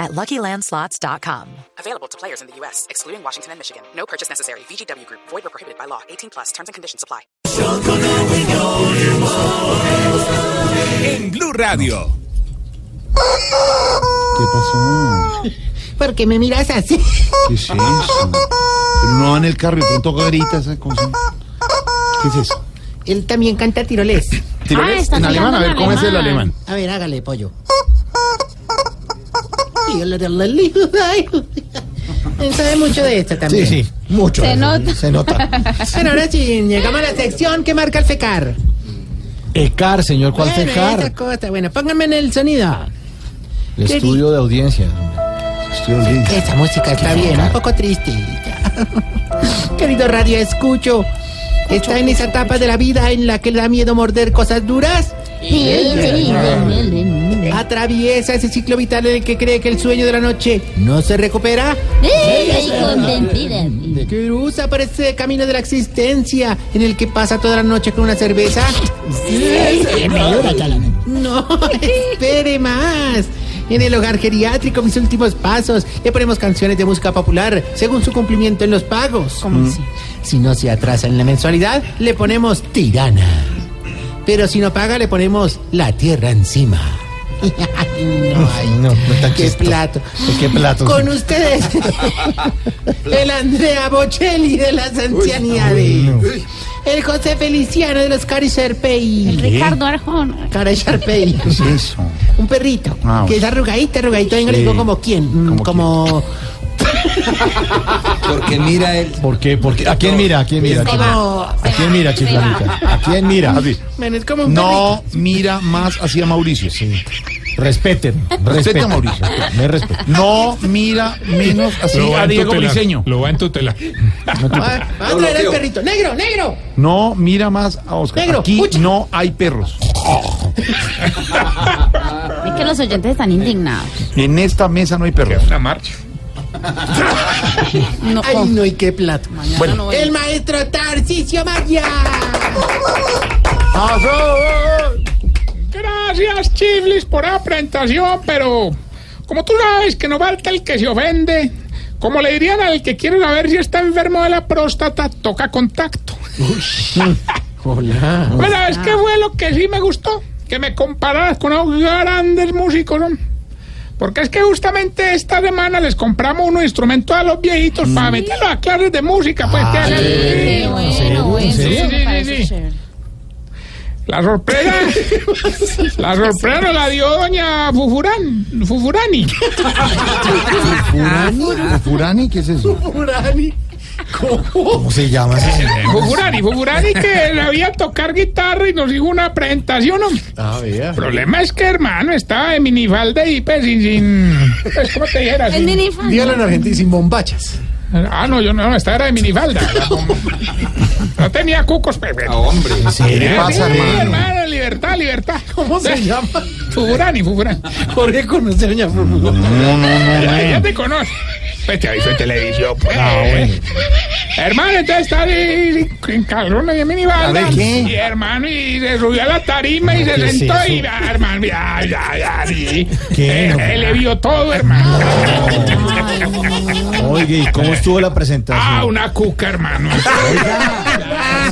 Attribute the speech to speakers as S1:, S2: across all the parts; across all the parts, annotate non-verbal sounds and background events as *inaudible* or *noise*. S1: at luckylandslots.com.
S2: Available to players in the U.S., excluding Washington and Michigan. No purchase necessary. VGW Group, void or prohibited by law. 18 plus terms and conditions apply.
S3: en Blue Radio.
S4: ¿Qué pasó?
S5: ¿Por qué me miras así? *laughs*
S4: ¿Qué es eso? Pero no va en el carro y de pronto gritas. ¿sabes cómo se- ¿Qué es eso?
S5: Él también canta tirolés.
S4: ¿Tiroles? Ah, en alemán, a ver cómo es el alemán.
S5: A ver, hágale, pollo. Ay, *laughs* Él sabe mucho de esto también.
S4: mucho.
S6: Se
S4: *laughs*
S6: nota.
S4: Se nota.
S5: Bueno, ahora sí, llegamos a la sección que marca el FECAR.
S4: ECAR, señor, ¿cuál
S5: bueno, esa cosa. Bueno, pónganme en el sonido.
S4: El
S5: estudio
S4: de audiencia. Estudio de audiencia.
S5: Esa música está bien, un poco triste. *laughs* Querido Radio Escucho, está en esa etapa de la vida en la que da miedo morder cosas duras. Atraviesa ese ciclo vital en el que cree que el sueño de la noche no se recupera. Cruza por ese camino de la existencia en el que pasa toda la noche con una cerveza. *laughs* No, espere más. En el hogar geriátrico, mis últimos pasos, le ponemos canciones de música popular según su cumplimiento en los pagos. Mm. Si no se atrasa en la mensualidad, le ponemos tirana. Pero si no paga, le ponemos la tierra encima. *laughs* Ay, no, ay,
S4: No, no está
S5: qué
S4: chistoso.
S5: plato.
S4: ¿Qué plato?
S5: Con
S4: *laughs*
S5: ustedes, el Andrea Bocelli de las ancianidades. El José Feliciano de los Cari Serpei.
S6: Ricardo Arjón.
S5: Cari Serpei.
S4: ¿Qué es eso?
S5: *laughs* Un perrito.
S4: Ah,
S5: que
S4: bueno.
S5: es arrugadito, arrugadito. Venga, le digo,
S4: Sí.
S5: como quién. Mm,
S4: ¿Como
S5: Como.
S7: Porque mira él.
S4: ¿Por qué? ¿Por qué? ¿A quién mira? ¿A quién mira?
S6: Se va.
S4: ¿A quién mira, chifladita? ¿A quién mira? Así.
S5: Bueno, es como un
S4: No mira más hacia Mauricio. Sí. Respeten. Respeten a Mauricio. Me respeto. No mira menos hacia
S3: Ah,
S4: a Diego Briseño.
S3: Lo va en tutela.
S5: perrito. Va, va a traer el perrito. ¡Negro, negro!
S4: No mira más a Oscar.
S5: Negro,
S4: Aquí
S5: pucha.
S4: no hay perros.
S6: Es que los oyentes están indignados.
S4: En esta mesa no hay perros.
S3: Una marcha.
S6: No,
S5: Ay, no, y qué plato.
S4: Bueno.
S6: no voy.
S5: El maestro Tarcisio Maya.
S4: Ah,
S8: Gracias, Chiflis, por la presentación, pero como tú sabes que no falta el que se ofende, como le dirían al que quiere saber si está enfermo de la próstata, toca contacto.
S6: *laughs*
S5: Hola.
S8: Bueno, es que fue lo que sí me gustó, que me compararas con unos grandes músicos, ¿no? Porque es que justamente esta semana les compramos unos instrumentos a los viejitos para meterlos a clases de música, pues. que hagan-
S6: Mm. Ah, Qué bueno, bueno,
S8: Sí,
S6: eso
S8: sí,
S6: me parece
S8: sí, sí.
S6: chévere.
S8: La
S4: *laughs*
S8: sorpresa, la sorpresa nos la dio doña Fufuran, Fufurani.
S4: ¿Furani? ¿Furani? ¿Qué es eso? Ah,
S5: Urani.
S4: ¿Cómo se llama ese señor?
S8: Fufurani, Fufurani que sabía tocar guitarra y nos hizo una presentación. hombre.
S4: Ah, vea.
S8: El problema es que, hermano, estaba de minifalda y pues sin... sin pues, ¿Cómo te dijera?
S6: El
S8: Sin-
S6: minifan.
S5: Dígalo en Argentina sin bombachas.
S8: ah, no, yo no, estaba era de minifalda. No tenía cucos, Pepe.
S7: Hombre.
S4: ¿Qué le
S8: Sí,
S4: pasa, hermano?
S8: hermano, libertad, libertad.
S5: ¿Cómo se llama? *laughs*
S8: Fufurani, Fufurani.
S5: ¿Por qué conoce a doña Furfurón?
S4: No, no, no,
S8: Ya, ya
S4: no.
S8: te conoce. Pues te aviso en televisión, pues.
S4: Eh. Ah, bueno.
S8: Hermano, entonces está ahí, en calor de
S4: A
S8: minibalda.
S4: ver, ¿qué?
S8: Y hermano, y se subió a la tarima y se
S4: ¿Qué es
S8: sentó
S4: eso?
S8: y ah, hermano, ya, ya, ya, sí.
S4: ¿Qué?
S8: Eh,
S4: No.
S8: él le vio todo, hermano.
S4: Oye, ¿y cómo estuvo la presentación?
S8: Ah, una cuca, hermano.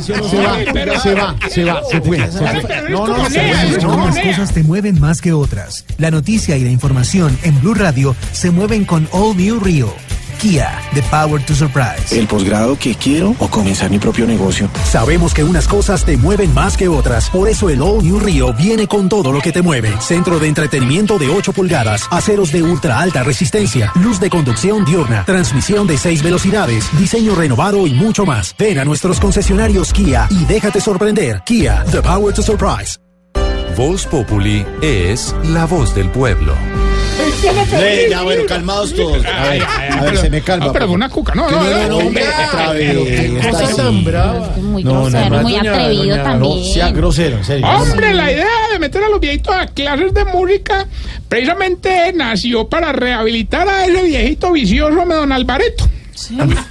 S4: Se va, se va, se va, se va, se fue. se fue.
S8: Pero es
S4: No, no,
S8: como
S4: se
S8: nea,
S4: fue,
S8: es
S4: no.
S8: como
S9: Algunas
S8: nea.
S9: cosas te mueven más que otras. La noticia y la información en Blue Radio se mueven con All New Rio. Kia, The Power to Surprise.
S10: el posgrado que quiero o comenzar mi propio negocio.
S9: Sabemos que unas cosas te mueven más que otras, por eso el All New Rio viene con todo lo que te mueve. Centro de entretenimiento de 8 pulgadas, aceros de ultra alta resistencia, luz de conducción diurna, transmisión de 6 velocidades, diseño renovado y mucho más. Ven a nuestros concesionarios Kia y déjate sorprender. Kia, The Power to Surprise.
S11: Voz Populi es la voz del pueblo.
S4: Ey, Ya, bueno, calmados todos. A ver,
S8: Ay, ay,
S4: A ver, se me calma.
S8: Ah, pero fue una cuca. No, no, no. no,
S4: hombre, otra vez. Está
S5: cosa tan
S4: así.
S5: brava.
S6: Es que muy
S4: No, no,
S6: grosero,
S4: no,
S6: muy
S4: doña-
S6: atrevido
S4: doña
S6: también.
S4: Ro- sea grosero, en serio.
S8: Hombre, la idea de meter a los viejitos a clases de música precisamente nació para rehabilitar a ese viejito vicioso, me don Alvareto.
S4: ¿Se llama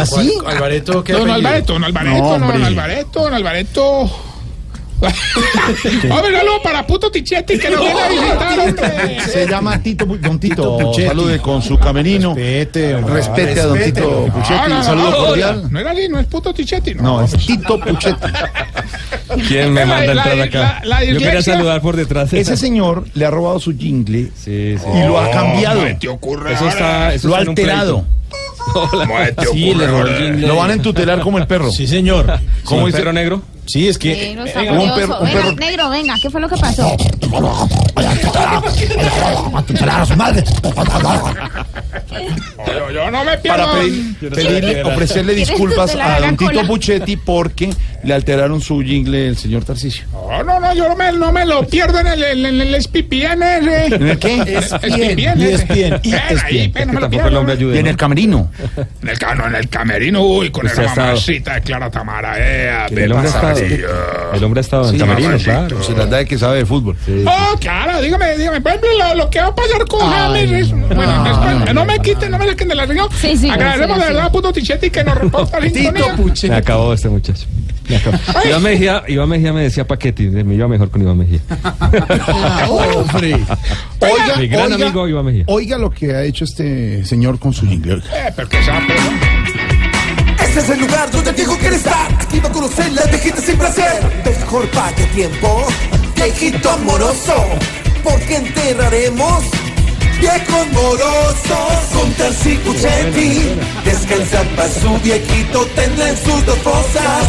S4: así?
S3: Alvareto, ¿qué
S8: Don
S3: apellido?
S8: Alvareto, don Alvareto,
S4: No,
S8: no, don
S4: hombre.
S8: Alvareto, don
S3: *laughs*
S8: Alvareto. Hombre, saludo para puto Tichetti que nos viene a visitar,
S3: *laughs*
S8: hombre.
S4: Se llama Tito, Pu- Don Tito Puchetti.
S3: salude con su camerino.
S4: Respete, hombre.
S3: Respete a don
S4: Respete. Ah,
S3: Tito
S4: No,
S3: Puchetti.
S8: No, no,
S3: un
S8: no,
S3: saludo
S8: no,
S3: cordial.
S8: No era así, no es puto Tichetti. No,
S4: No, es Tito Puchetti.
S11: ¿Quién me
S8: La-
S11: manda a
S8: la-
S11: entrar
S8: la-
S11: acá?
S8: la- la
S11: Yo quería
S8: dislexia.
S11: saludar por detrás.
S4: Ese señor le ha robado su jingle
S11: Sí, sí.
S4: y lo ha cambiado.
S8: ¿Qué te ocurre?
S11: Eso está, eso
S4: Lo ha
S11: está en un
S4: alterado.
S11: pleito. Hola. Sí, le robó el jingle.
S3: Lo van a entutelar como el perro.
S4: Sí, *laughs* señor.
S11: ¿Cómo el perro negro?
S4: Sí, es que.
S6: Negro,
S3: un
S6: saborioso.
S3: perro- un
S6: venga,
S3: perro-
S6: negro, venga, ¿qué fue lo que pasó?
S8: Yo, yo no me pierdo.
S3: Para pedir-
S11: Yo no sé de qué
S3: pedirle,
S11: era.
S3: ofrecerle
S6: ¿Quieres
S3: disculpas
S6: tutelar
S3: a
S6: la
S3: don Tito
S6: cola?
S3: Puchetti porque le alteraron su jingle el señor Tarcicio.
S8: No, no, no, yo no me, no me lo pierdo en el, en el, en el ESPN ese.
S3: ¿En el qué?
S8: ESPN, ese.
S4: ESPN,
S8: Ven
S11: E
S8: ahí,
S4: ESPN,
S8: eh. ven, no me lo
S11: Tampoco
S8: pierdo,
S11: el hombre
S8: no.
S11: ayude.
S3: Y en
S11: ¿no?
S3: el camerino.
S8: En el, ca- no, en el camerino, uy, con
S11: Usted
S8: esa
S11: ha estado.
S8: mamacita de Clara Tamara. Eh,
S11: Que El hombre ha estado, el hombre ha estado en camerino,
S8: mamacito.
S11: claro.
S3: Ah, Se trata de que sabe de fútbol.
S8: Oh, claro, dígame, dígame. Por ejemplo, lo, lo que va a pasar con James es. Bueno, después, no, me quiten, no me saquen de la reunión.
S6: Sí, sí,
S8: Agradecemos
S6: sí,
S8: de
S6: sí.
S8: verdad a Puto Tichetti que nos reporta la sintonía.
S11: Me acabó este muchacho. Me acabó. Iván Mejía, Iván Mejía me decía Paquete, me iba mejor con Iván Mejía.
S4: Hombre.
S3: Ah, Oiga,
S11: Mi gran
S3: oiga,
S11: amigo Iván Mejía.
S3: oiga lo que ha hecho este señor con su jingle. Oiga.
S8: Eh, pero qué sapo.
S7: Este es el lugar donde tengo que estar. Aquí va a conocer la viejita sin placer. Mejor pa' que tiempo, viejito amoroso. Porque enterraremos viejos morosos. Con Tarsi Cuchetti, descansa pa' su viejito, tendrá en sus dos fosas.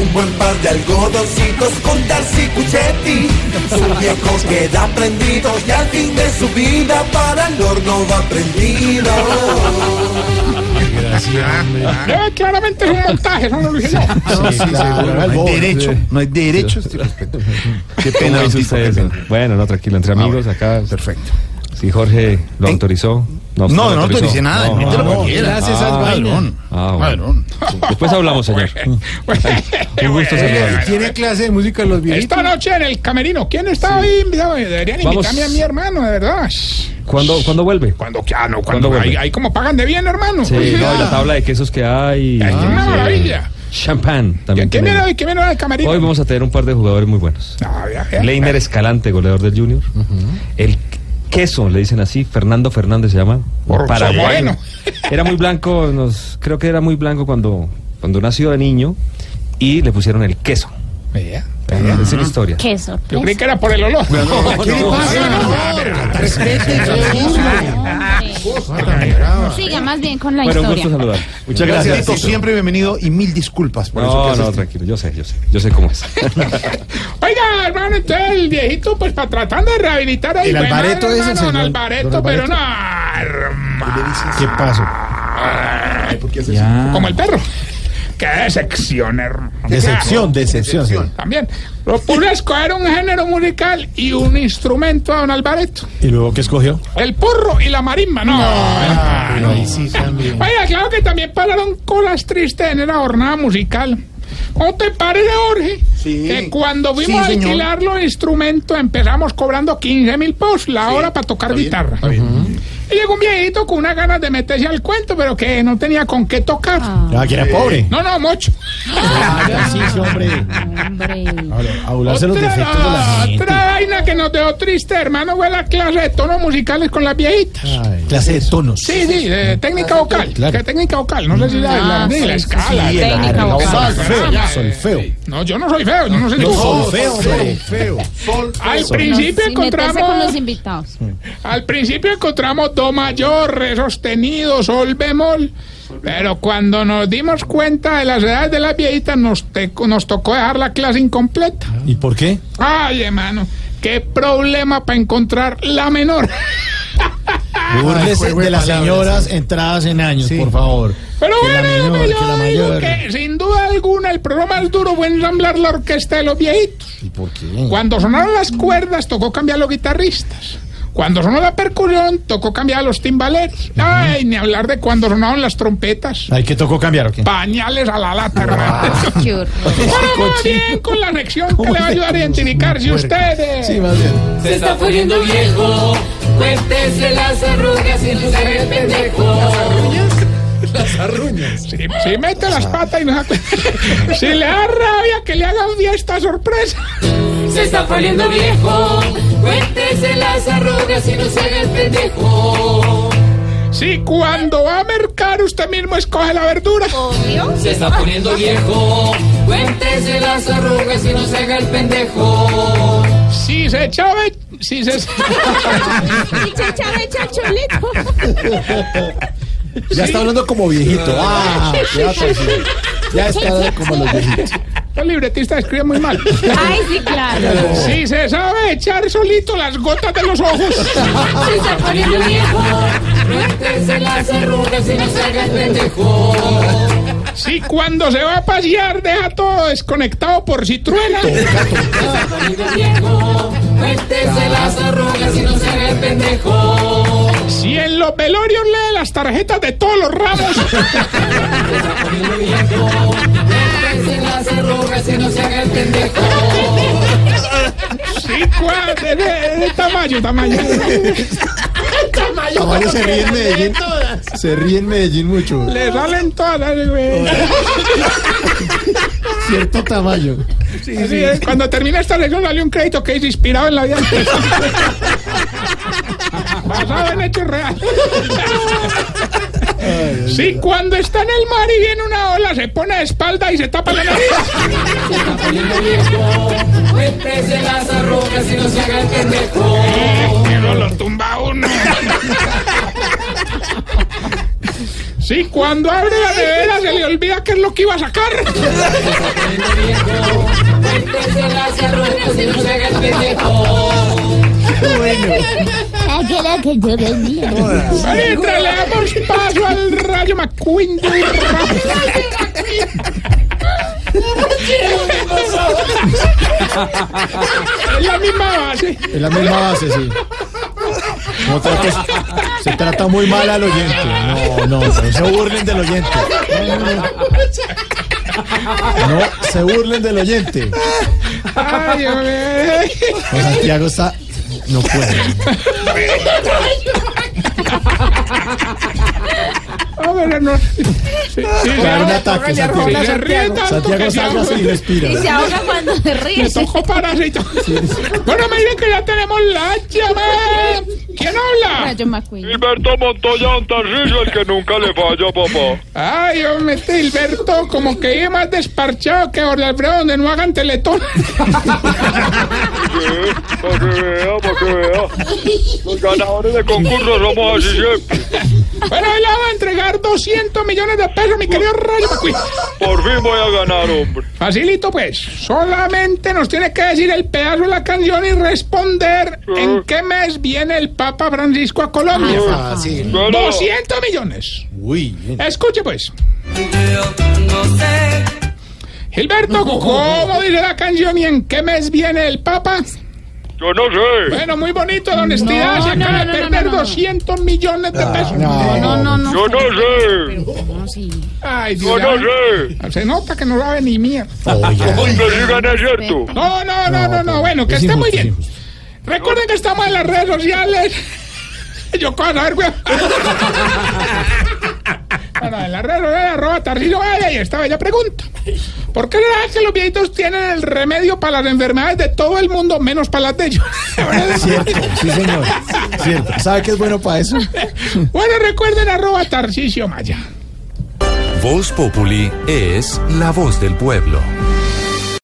S7: Un buen par de algodoncitos con Tarsi Cuchetti. Su viejo queda prendido y al fin de su vida para el horno va prendido.
S8: Eh, claramente es un montaje, eso no lo dije yo.
S3: No hay
S4: Bobo,
S3: derecho,
S4: sí.
S3: no hay derecho a este respeto. Qué
S11: ¿Cómo
S3: pena, don
S11: hizo
S3: Tito,
S11: usted
S3: qué
S11: eso?
S3: pena.
S11: Bueno, no, tranquilo, entre amigos acá.
S3: Ah, Perfecto.
S11: Si Jorge lo autorizó. usted
S3: No, no
S11: autorizó.
S3: autorice nada,
S11: No,
S3: mételo
S11: ah, bueno.
S3: cualquiera.
S5: gracias a
S3: Ah,
S5: esas vainas.
S3: ladrón.
S11: Ah, bueno.
S3: Ladrón.
S11: Después hablamos, señor. *laughs* Un gusto saludarle.
S5: Tiene clase de música en los viejitos.
S8: Esta noche en el camerino, ¿quién está ahí invitado? Deberían
S11: Vamos.
S8: invitarme a mi hermano, de verdad.
S11: ¿Cuándo, ¿Cuándo vuelve?
S8: Cuando, ah,
S11: ¿Cuándo
S8: no, cuando, ahí,
S11: vuelve?
S8: ahí como pagan de bien, hermano.
S11: Sí, no, y la tabla de quesos que hay.
S8: Es que una maravilla.
S11: Champán
S8: ¿Quién
S11: también.
S8: quién viene
S11: tenemos.
S8: hoy? ¿Quién viene hoy al camerino?
S11: Hoy vamos a tener un par de jugadores muy buenos.
S8: Ah, ya, ya.
S11: Leiner Escalante, goleador del Junior. El queso, le dicen así, Fernando Fernández se llama.
S8: Por-
S11: Paraguayo.
S8: Moreno.
S11: Era muy blanco, nos, creo que era muy blanco cuando, cuando nació de niño y le pusieron el queso.
S8: Vea.
S11: Esa es la historia.
S6: Qué
S8: Yo creí
S6: sorpresa.
S8: que era por el olor. *laughs*
S11: No, no,
S5: Respete,
S6: Siga más bien con la
S11: Bueno, un
S6: historia.
S11: gusto saludar.
S3: Muchas gracias, Tito. Siempre bienvenido y mil disculpas por eso que este
S11: No,
S3: haces
S11: no, tranquilo, yo sé, yo sé, yo sé cómo es.
S8: Oiga, hermano, entonces el viejito, pues, para tratando de rehabilitar ahí.
S5: El
S8: bueno,
S5: Alvareto es el
S8: hermano,
S5: señor,
S8: don
S5: don
S8: Alvareto,
S5: Alvareto.
S8: pero no, hermano.
S4: ¿Qué pasó?
S8: Como el perro. Qué decepción, hermano.
S4: Decepción, decepción. señor.
S8: También. Lo puse a escoger un género musical y un instrumento a don Alvareto.
S4: ¿Y luego qué escogió?
S8: El porro y la marimba. No. hermano.
S5: Ahí sí, también.
S8: Oiga, claro que también pararon colas tristes en la jornada musical. ¿Cómo te parece, Jorge?
S3: Sí.
S8: Que cuando fuimos
S3: Sí,
S8: a
S3: señor.
S8: alquilar los instrumentos empezamos cobrando 15 mil pesos la hora para tocar guitarra. Y llegó un viejito con unas ganas de meterse al cuento, pero que no tenía con qué tocar.
S4: Ah, que era pobre.
S8: No, no, mocho.
S4: Ah, sí, sí, hombre.
S6: Hombre.
S4: Ahora, adularse los defectos de la
S8: otra
S4: gente.
S8: vaina que nos dejó triste, hermano, fue la clase de tonos musicales con las viejitas.
S4: Ay, Clase de tonos.
S8: Sí, sí, de técnica vocal.
S4: Claro.
S8: Que técnica vocal, no sé si la, la-
S6: Ah,
S8: ni la
S6: sí, sí,
S8: escala.
S6: sí,
S8: ni la-
S6: técnica
S8: la-
S6: vocal.
S8: la- la-
S4: Solfeo.
S8: No, yo no soy feo, yo no soy tú.
S4: Solfeo, hombre.
S3: feo. Sol,
S8: Al
S3: feo.
S6: No,
S8: principio
S6: sin meterse con los
S8: encontramos,
S6: invitados.
S8: al principio encontramos do mayor, re sostenido, sol bemol, pero cuando nos dimos cuenta de las edades de las viejitas nos, te- nos tocó dejar la clase incompleta.
S4: ¿Y por qué?
S8: Ay, hermano, qué problema para encontrar la menor.
S4: Búrlese de las señoras entradas en años, por favor.
S8: Pero
S4: Que la
S8: bueno,
S4: menor,
S8: yo
S4: que la
S8: digo
S4: mayor.
S8: que sin duda alguna el programa más duro fue ensamblar la orquesta de los viejitos.
S4: ¿Y por qué?
S8: Cuando sonaron las cuerdas tocó cambiar los guitarristas. Cuando sonó la percusión, tocó cambiar a los timbaleros. Ay, ni hablar de cuando sonaron las trompetas.
S4: Ay, que tocó cambiar, ¿o qué?
S8: Pañales a la lata, hermano.
S6: este
S8: Ahora va bien con la sección que le va a ayudar a identificarse ustedes.
S4: Sí, más bien.
S5: Se está poniendo viejo, cuéntese las arrugas y no se haga el pendejo.
S8: Si, si mete las patas y no se acuerda. *laughs* Si le da rabia que le hagan fiesta sorpresa.
S5: Se está poniendo viejo, cuéntese las arrugas y no se haga el pendejo.
S8: Si cuando va a mercar usted mismo escoge la verdura.
S5: Se está poniendo viejo, cuéntese las arrugas y no se haga el pendejo.
S8: Si se echaba, si se *laughs*
S3: Ya está hablando como viejito. Ah, ya, pues, sí. Ya está hablando como los viejitos.
S8: el libretista escribe muy mal.
S6: Ay, sí, claro.
S8: Si se sabe echar solito las gotas de los ojos.
S5: Se está poniendo viejo, cuéntese las arrugas y no se haga el pendejo.
S8: Si cuando se va a pasear deja todo desconectado por si truena.
S5: viejo, cuéntese las arrugas y no se haga el pendejo.
S8: Si en los velorios lee las tarjetas de todos los ramos.
S5: Cuéntese las arrugas y no se haga el pendejo.
S8: Si cuando... de- de- de tamaño, tamaño.
S3: Tamayo se ríe en Medellín. Se ríe en Medellín mucho.
S8: Le salen todas las... güey.
S3: Cierto tamaño.
S8: Así es, Cuando termina esta lección sale un crédito que es inspirado en la *laughs* vida. Basado en hechos reales. Si cuando está en el mar y viene una ola se pone de espalda y se tapa la nariz.
S5: Cuéntese las arrugas y no se haga el pendejo.
S8: Pero *laughs* lo tumba uno. Si cuando abre la nevera se le olvida qué es lo que iba a sacar.
S5: Cuéntese las arrugas y no se haga el pendejo.
S8: Mientras le damos paso al rayo McQueen. del rap. Es la misma base.
S4: Es la misma base, sí. No trates- se trata muy mal al oyente. No, no, no se burlen del oyente. No, no, no. No, se burlen del oyente.
S8: Ay, Dios mío.
S4: No, Santiago está. No puede.
S8: A ver, no. Sí, sí,
S4: Claro, un
S8: sí.
S4: ataque,
S8: Sí,
S4: Santiago.
S8: se ríe tanto
S4: Santiago
S8: que se
S4: salga así y
S8: ahoga.
S4: respira.
S6: Y se ahoga cuando se ríe.
S8: Me tocó pararse y todo. Bueno, miren que ya tenemos la llamada. ¿Quién habla?
S6: Rayo McQueen.
S7: Gilberto Montoya Antarrillo, el que nunca le falla, papá.
S8: Ay, hombre, este Gilberto como que iba más desparchado que Jorge Alfredo donde no hagan teletón.
S7: Sí, para que vea, para que vea. Los ganadores de concurso somos así siempre.
S8: Bueno, él le va a entregar 200 millones de pesos, mi querido Rayo McQueen.
S7: Por fin voy a ganar, hombre.
S8: Facilito, pues. Solamente nos tiene que decir el pedazo de la canción y responder en
S6: Mm.
S8: qué mes viene el Papa Francisco a Colombia.
S6: Ah,
S3: Así.
S7: Bueno,
S8: 200 millones.
S4: Uy, bien.
S8: Escuche, pues.
S5: No sé,
S8: Gilberto, ¿cómo dice la canción y en qué mes viene el Papa?
S7: yo no sé.
S8: Bueno, muy bonito, la honestidad.
S6: No,
S8: se
S6: no,
S8: acaba
S6: no,
S8: de
S6: no,
S8: perder
S6: no, no.
S8: 200 millones de pesos.
S6: No, no, no.
S7: Yo no sé.
S6: No, sí.
S8: Ay,
S7: Yo
S8: Dios
S7: no
S8: mío.
S7: sé.
S8: Se nota que no sabe ni mierda.
S7: Pero sí gané, ¿cierto?
S8: No, no, no, no, no. Bueno, que
S4: Es
S8: esté muy
S4: injusto,
S8: bien.
S4: es
S8: Recuerden que estamos en las redes sociales. *laughs* Yo con a ver, *laughs* güey. Bueno, en las redes sociales, arroba Tarcillo Vaya, y esta bella pregunta. ¿Por qué será que los viejitos tienen el remedio para las enfermedades de todo el mundo, menos para las de ellos? *laughs*
S4: Cierto, sí, señor. Cierto.
S3: ¿Sabe qué es bueno para eso?
S8: bueno, recuerden arroba Tarcisio Maya.
S12: Voz Populi es la voz del pueblo.